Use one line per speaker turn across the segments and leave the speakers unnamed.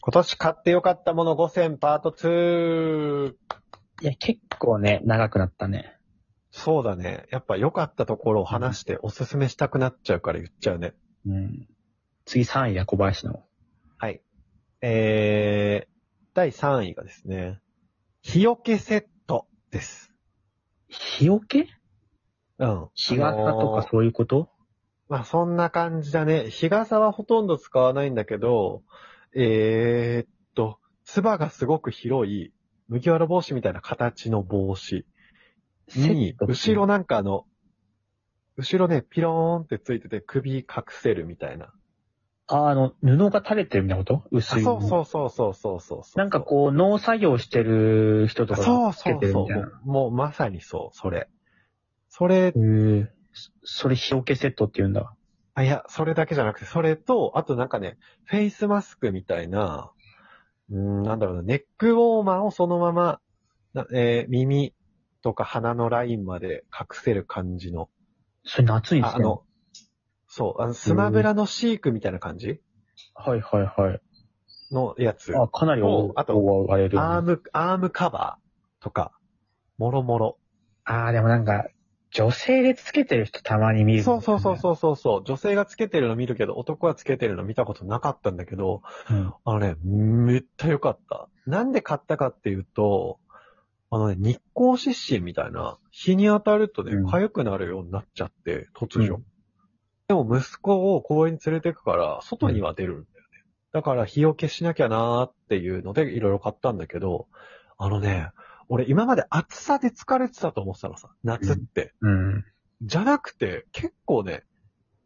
今年買ってよかったもの5000パート2。
いや、結構ね、長くなったね。
そうだね。やっぱ良かったところを話しておすすめしたくなっちゃうから言っちゃうね。
うん。次3位が小林の。
はい。えー、第3位がですね、日よけセットです。
日よけ
うん。
日傘と
あの
か
ー
そういうこと、
まあ、そんな感じだね。日傘はほとんど使わないんだけど、えー、っと、つばがすごく広い、麦わら帽子みたいな形の帽子に、後ろ
な。
なんかあの、後ろね、ピローンってついてて首隠せるみたいな。
あ、あの、布が垂れてるみたいなこと
あ
薄い。。
そうそううそうそうそうそうそう。
なんかこう、農作業してる人とか
そう
がつ
そ
けて
う
る
そ
み
う。
たい
も
な。
うもうまさにそう、それ。それ、
へえそそれ日よけセットって言うんだ。
あ、いや、それだけじゃなくて、それと、あとなんかね、フェイスマスクみたいな、うーん、なんだろうな、ネックウォーマーをそのまま、なえー耳とか鼻のラインまで隠せる感じの。
それ夏に
あ、
す
あ
る
の、そう、あの、スマブラのシークみたいな感じ
はいはいはい。
のやつ。
あ、かなり
お
覆
あと
覆われる、
アーム、アームカバーとか、もろもろ。
あーでもなんか、女性でつけてる人たまに見る、
そうそうそうそうそうそう。女性がつけてるの見るけど、男がつけてるの見たことなかったんだけど、
う。うん、
あのね、めっちゃ良かった。なんで買ったかっていうと、あのね、日光湿疹みたいな、日に当たるとね
うん、
痒くなるようになっちゃって、突
う
如。でも息子を公園に連れてくから、外には出るんだよね。だから日よけしなきゃなーっていうので、いろいろ買ったんだけど、あのね、俺今まで暑さで疲れてたと思ってたのさ、夏って。
うん。
じゃなくて、結構ね、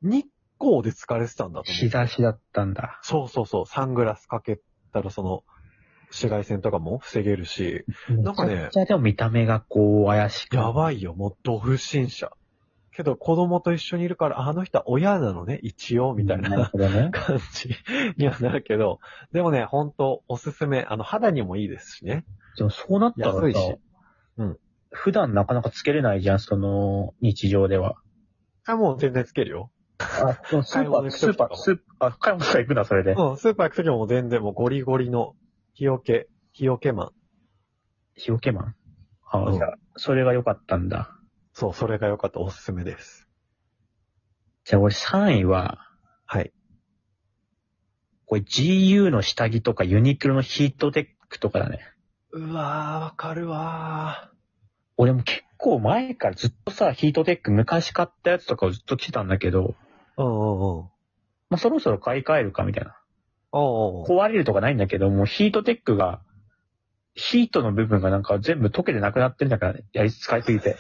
日光で疲れてたんだと思う
日。差しだったんだ。
そうそうそう、サングラスかけたらその、紫外線とかも防げるし、なんかね
めちゃくちゃでも見た目がこう怪しく。
やば
い。
いよ、もうド不審者。けど子供と一緒にいるから、ああの人は親なのね、一応、みたい
なる
な
ほどね。
感じにはなるけど、でもね、ほんとおすすめ、あの、肌にもいいですしね。
でもそうなったら
安い
さ
し、うん
普段なかなかつけれないじゃん、その日常では。
あ、もう全然つけるよ。
あ、でもス
買い
ーパ
物行
ー、
く
スー
時と
パ
か
ー、
も
スーパー、あ、買い物とか行くんだ、それで。
うん、スーパー行くときも全然もうゴリゴリの日よけ、日よけマン。
日よけマン。あ、
うん
じゃあ、それが良かったんだ。
そう、それが良かった、おすすめです。
じゃあ俺3位は、
はい。
これ GU の下着とかユニクロのヒートテックとかだね。
うわー、わかるわ
俺も結構前からずっとさ、ヒートテック昔買ったやつとかをずっと着てたんだけど、
ー。うんうんうん。
まあ、そろそろ買い替えるかみたいな。
おうおう
壊れるとかないんだけど、もうヒートテックが、ヒートの部分がなんか全部溶けてなくなってるんだから、やり使いすぎて。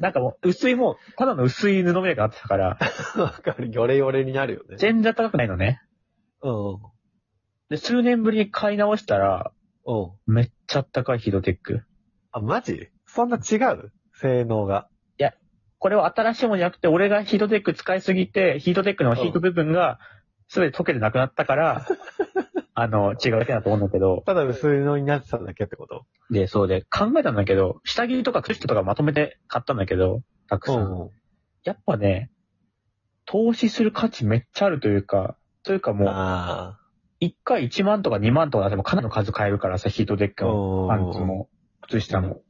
なんかもう薄いもう、ただの薄い布みたいになってたから、
わかる。ヨレヨレになるよね。
全然高くないのね。
うん。
で、数年ぶりに買い直したら、
うん。
めっちゃ高いヒートテック。
あ、マジそんな違う性能が。
これは新しいものじゃなくて、俺がヒートテック使いすぎて、ヒートテックのヒート部分が、すべて溶けてなくなったから、あの、違うだけだと思うんだけど、
ただ薄いのになってただけってこと
で、そうで、考えたんだけど、下着とか靴下とかまとめて買ったんだけど、たくさん。
ん。
やっぱね、投資する価値めっちゃあるというか、というかもう、
あ
一回1万とか2万とかなってもかなりの数買えるからさ、ヒートデッ
あ。
クも、パンツも、靴下も。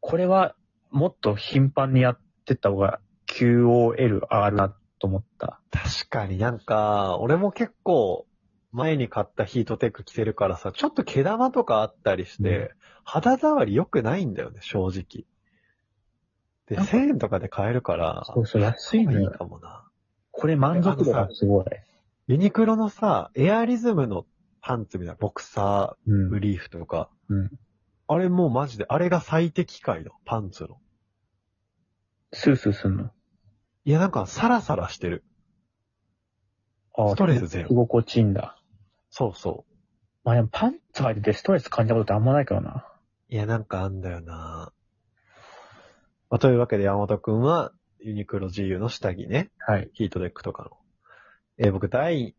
これは、もっと頻繁にやってった方が、QOL 上がるなと思った。
確かになんか、俺も結構、前に買ったヒートテック着てるからさ、ちょっと毛玉とかあったりして、
うん
肌触り良くないんだよね、正直。で、
なんか
1000円とかで買えるから、
そうそう、安いの
いい
よ。
かもな。
これ満足度がすごい。
ユニクロのさ、エアリズムのパンツみたいな、ボクサー、
うん
ブ。リーフとか。
うん
あれもうマジで、あれが最適解の、パンツの。
スースーすんの。
いや、なんかサラサラしてる。
あ
ストレスゼロ
着心地いいんだ。
そうそ
まあでもパンツ履いててストレス感じたことってあんまないからな。
う。いや、なんかあんだよなまあ、というわけで山本くんは、ユニクロ GU の下着ね。
はい。
ヒートデックとかの。えー僕第、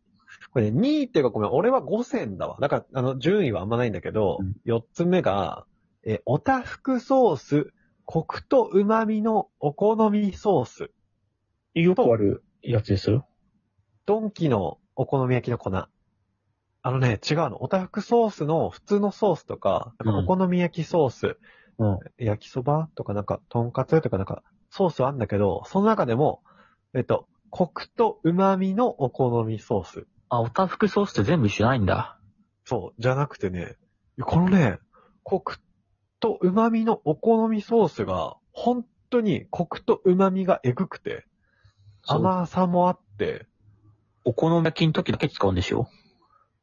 これね、2位っていうかごめん、俺は5000だわ。だから、あの、順位はあんまないんだけど、
うん
4つ目が、えーおたふくソース、コクと旨味のお好みソース。
よくあるやつですよ。
ドンキのお好み焼きの粉。ああのね、違うの。おたふくソースの普通のソースとか、なんかお好み焼きソース、
うん。
焼きそばとかなんか、とんかつとかなんか、ソースはあんだけど、その中でも、えっと、コクと旨味のお好みソース。
あ、おたふくソースって全部一緒じゃないんだ。
そう、じゃなくてね、このね、コクと旨味のお好みソースが、本当にコクと旨味がえぐくて、
そう
甘さもあって、
お好み焼きの時だけ使うんでしょ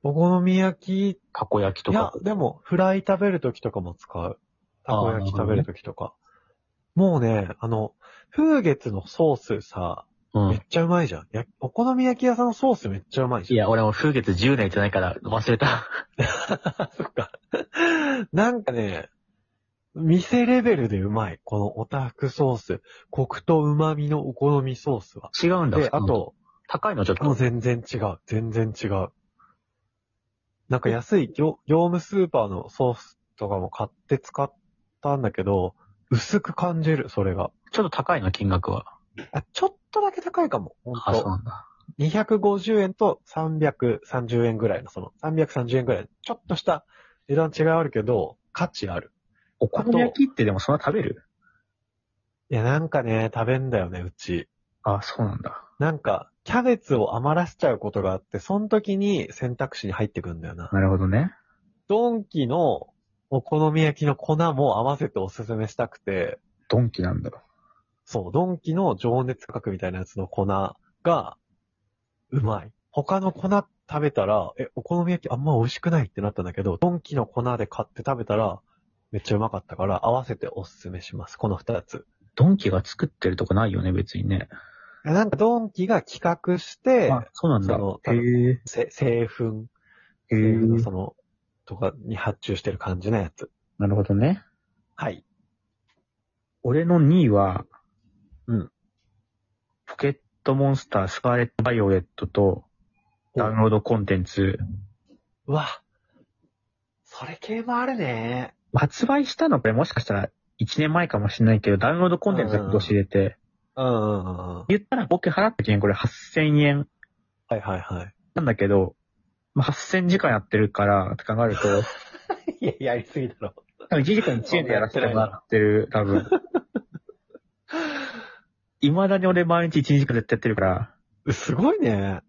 お好み焼き
たこ焼きと
いや
か。、
でも、フライ食べるときとかも使う。たこ焼き食べるときとか。もうね、あの、風月のソースさ、
う
めっ
ん。
ちゃうまいじゃん。やお好み焼き屋さんのソースめっちゃうまい
い
じ
や、俺も風月10年じゃないから忘れた。
ゃん。 そっか。なんかね、店レベルでうまい。このオタフクソース。コクと旨味のお好みソースは。
違うんだ。
で、あと、
高いのちょっ
もう
と。
全然違う。全然違う。なんか安い業業務スーパーのソースとかも買って使ったんだけど、薄く感じる、それが。
ちょっと高いの、金額は。
あ、ちょっとだけ高いかも。ほん
あ、そう
と。
なんだ。
250円と330円ぐらいの、その330円ぐらい。ちょっとした値段違いはあるけど、価値ある。
お好み焼きってでもそんな食べる
いや、なんかね、食べんだよね、うち。
あ、そうなんだ。
なんか、キャベツを余らせちゃうことがあって、その時に選択肢に入ってくんだよな。
なるほどね。
ドンキのお好み焼きの粉も合わせておすすめしたくて、
ドンキなんだ。
そう、ドンキの情熱価格みたいなやつの粉が、うまい。他の粉食べたら、え、お好み焼きあんま美味しくないってなったんだけど、ドンキの粉で買って食べたら、めっちゃうまかったから、合わせておすすめします。この二つ。
ドンキが作ってるとこないよね、別にね。
いやなんかドンキが企画して、
あ、そうなんだ。
そ
へ
の
え。
せ製粉、
へ
製
え
粉。のその、とかに発注してる感じのやつ。
なるほどね。
はい。
俺の2位は、
うん。
ポケットモンスタースカーレットバイオレットとダウンロードコンテンツ。
うわ。それ系もあるね。
発売したのこれもしかしたら1年前かもしれないけど、ダウンロードコンテンツが今年出て、
うんうんうんうん。
言ったら僕払った金これ8000円
はいはいは
なんだけど、まあ、8000時間やってるからって考えると、
い。いや、やりすぎだろ。
多分1時間1円でやらせてもらってる、多分。未だに俺毎日1時間絶対やってるから、
すごいね。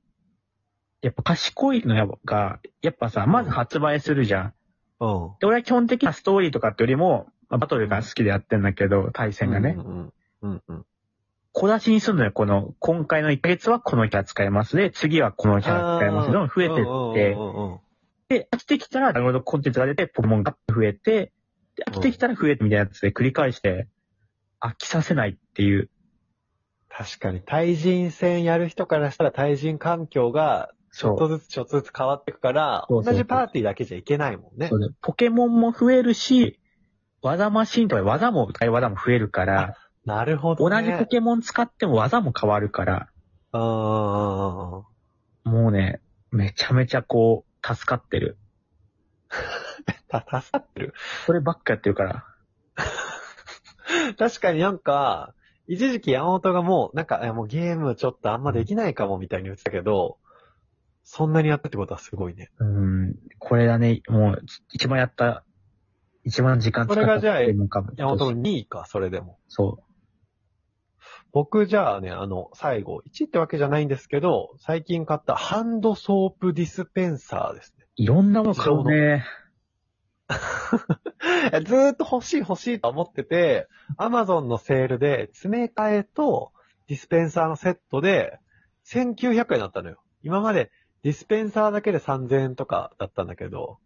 やっぱ賢いのやっぱ、やっぱさ、まず発売するじゃん。
うん。
で、俺は基本的なストーリーとかってよりも、まあバトルが好きでやってんだけど、対戦がね
う。んうんうん。
小出しにするのよ、この、今回の1ヶ月はこのキャラ使いますで、次はこのキャラ使いますで、どんどん増えてっ
て
て、で、飽きてきたらダウンロードコンテンツが出て、ポケモンが増えて、で、飽きてきたら増えてみたいなやつで繰り返して、飽きさせないっていう。
確かに、対人戦やる人からしたら対人環境が、ちょ
そ
っ
う
とずつちょっとずつ変わっていくから、
そ
同
うそうそう
じパーティーだけじゃいけないもんね
そ。うだよポケモンも増えるし、技マシーンとか技も、使い技も増えるから、
なるほ
同
どね。
じポケモン使っても技も変わるから、
うんうんうんうん。
もうね、めちゃめちゃこう、助かってる。
た、刺さってる。
そればっかやってるから。
確かになんか、一時期山本がもう、なんか、えもうゲームちょっとあんまできないかもみたいに言ってたけど、そんなにやったってことはすごいね。
うん、これだね、もう、一番やった、一番時間使った
これがじゃあ
ポケモンかも
山本の2位か、それでも。
そ
僕じゃあね、あの、最後、1ってわけじゃないんですけど、最近買ったハンドソープディスペンサーですね。
う。いろんなもの買うね。
ずーっと欲しい欲しいと思ってて、アマゾンのセールで詰め替えとディスペンサーのセットで1900円だったのよ。今までディスペンサーだけで3000円とかだったんだけど、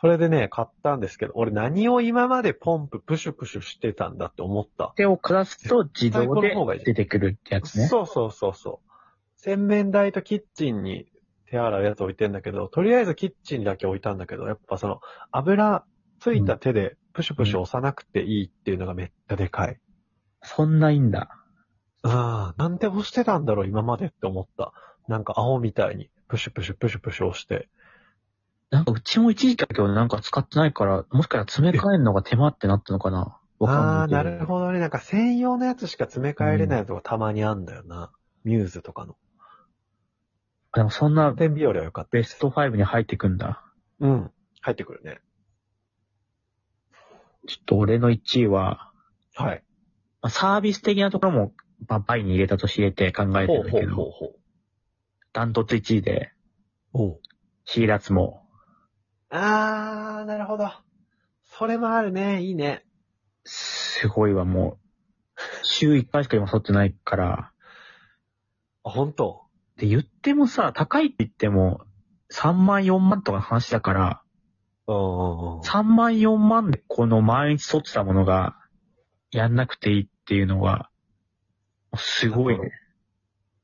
それでね、買ったんですけど、俺何を今までポンププシュプシュしてたんだって思った。
手をかざすと自動で出てくるってやつね。
そうそうそうそう。洗面台とキッチンに手洗うやつ置いてんだけど、とりあえずキッチンだけ置いたんだけど、やっぱその油ついた手でプシュプシュ押さなくていいっていうのがめっちゃでかい。
そんないいんだ。
ああ、なんで押してたんだろう今までって思った。なんか青みたいにプシュプシュプシュプシュ押して。
なんかうちも一時期だけどなんか使ってないから、もしかしたら詰め替えるのが手間ってなったのかなわ
あ
か
あ、
んな
ない
けど。
るほどね。なんか専用のやつしか詰め替えれないとかたまにあんだよな。ミューズとかの。
でもそんな
点日和は良かった。
ベスト5に入ってくんだ。
うん。入ってくるね。
ちょっと俺の1位は、
はい。
まあサービス的なところも、まあ、倍に入れたとしてて考えて
ほ
る
う
んだ
ほ
け
うほう
ど、
ほう。
ダントツ1位で、
おう
シーラツも、
あー、なるほど。それもあるね。いいね。
すごいわ、もう。週1回しか今剃ってないから。
あ、本当
で、言ってもさ、高いって言っても、3万4万とかの話だから、
うんうんうん。
3万4万でこの毎日剃ってたものが、やんなくていいっていうのは、すごいね。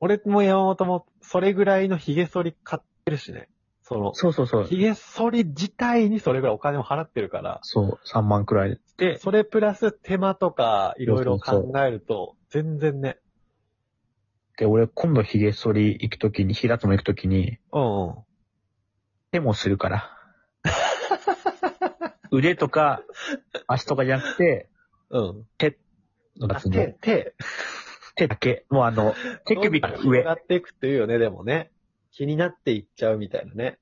俺も山本も、それぐらいの髭剃り買ってるしね。その、
そうそうそう。
髭剃り自体にそれぐらいお金を払ってるから、
そう、3万くらいで。
それプラス手間とかいろいろ考えると、全然ね。
で、俺今度ヒゲ剃り行くときに、ヒラツも行くときに、
うんうん。
手もするから。腕とか、足とかじゃなくて、
うん。
なんかその
手、手、
手だけ。もうあの、手首から上
上。がっていくっていうよね、でもね。気になっていっちゃうみたいなね。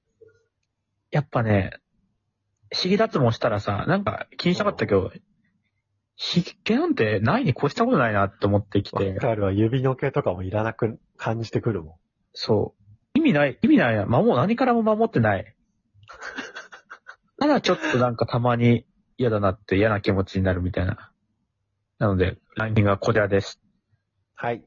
やっぱね、ヒゲ脱毛したらさ、なんか気にしなかったけど、ヒゲなんてないに越したことないなって思ってき
わ
て、
かるわ。指の毛とかもいらなく感じてくるもん。
そう。意味ない、意味ないな。ま、もう何からも守ってない。ただちょっとなんかたまに嫌だなって嫌な気持ちになるみたいな。なので、ランキングはこちらです。
はい。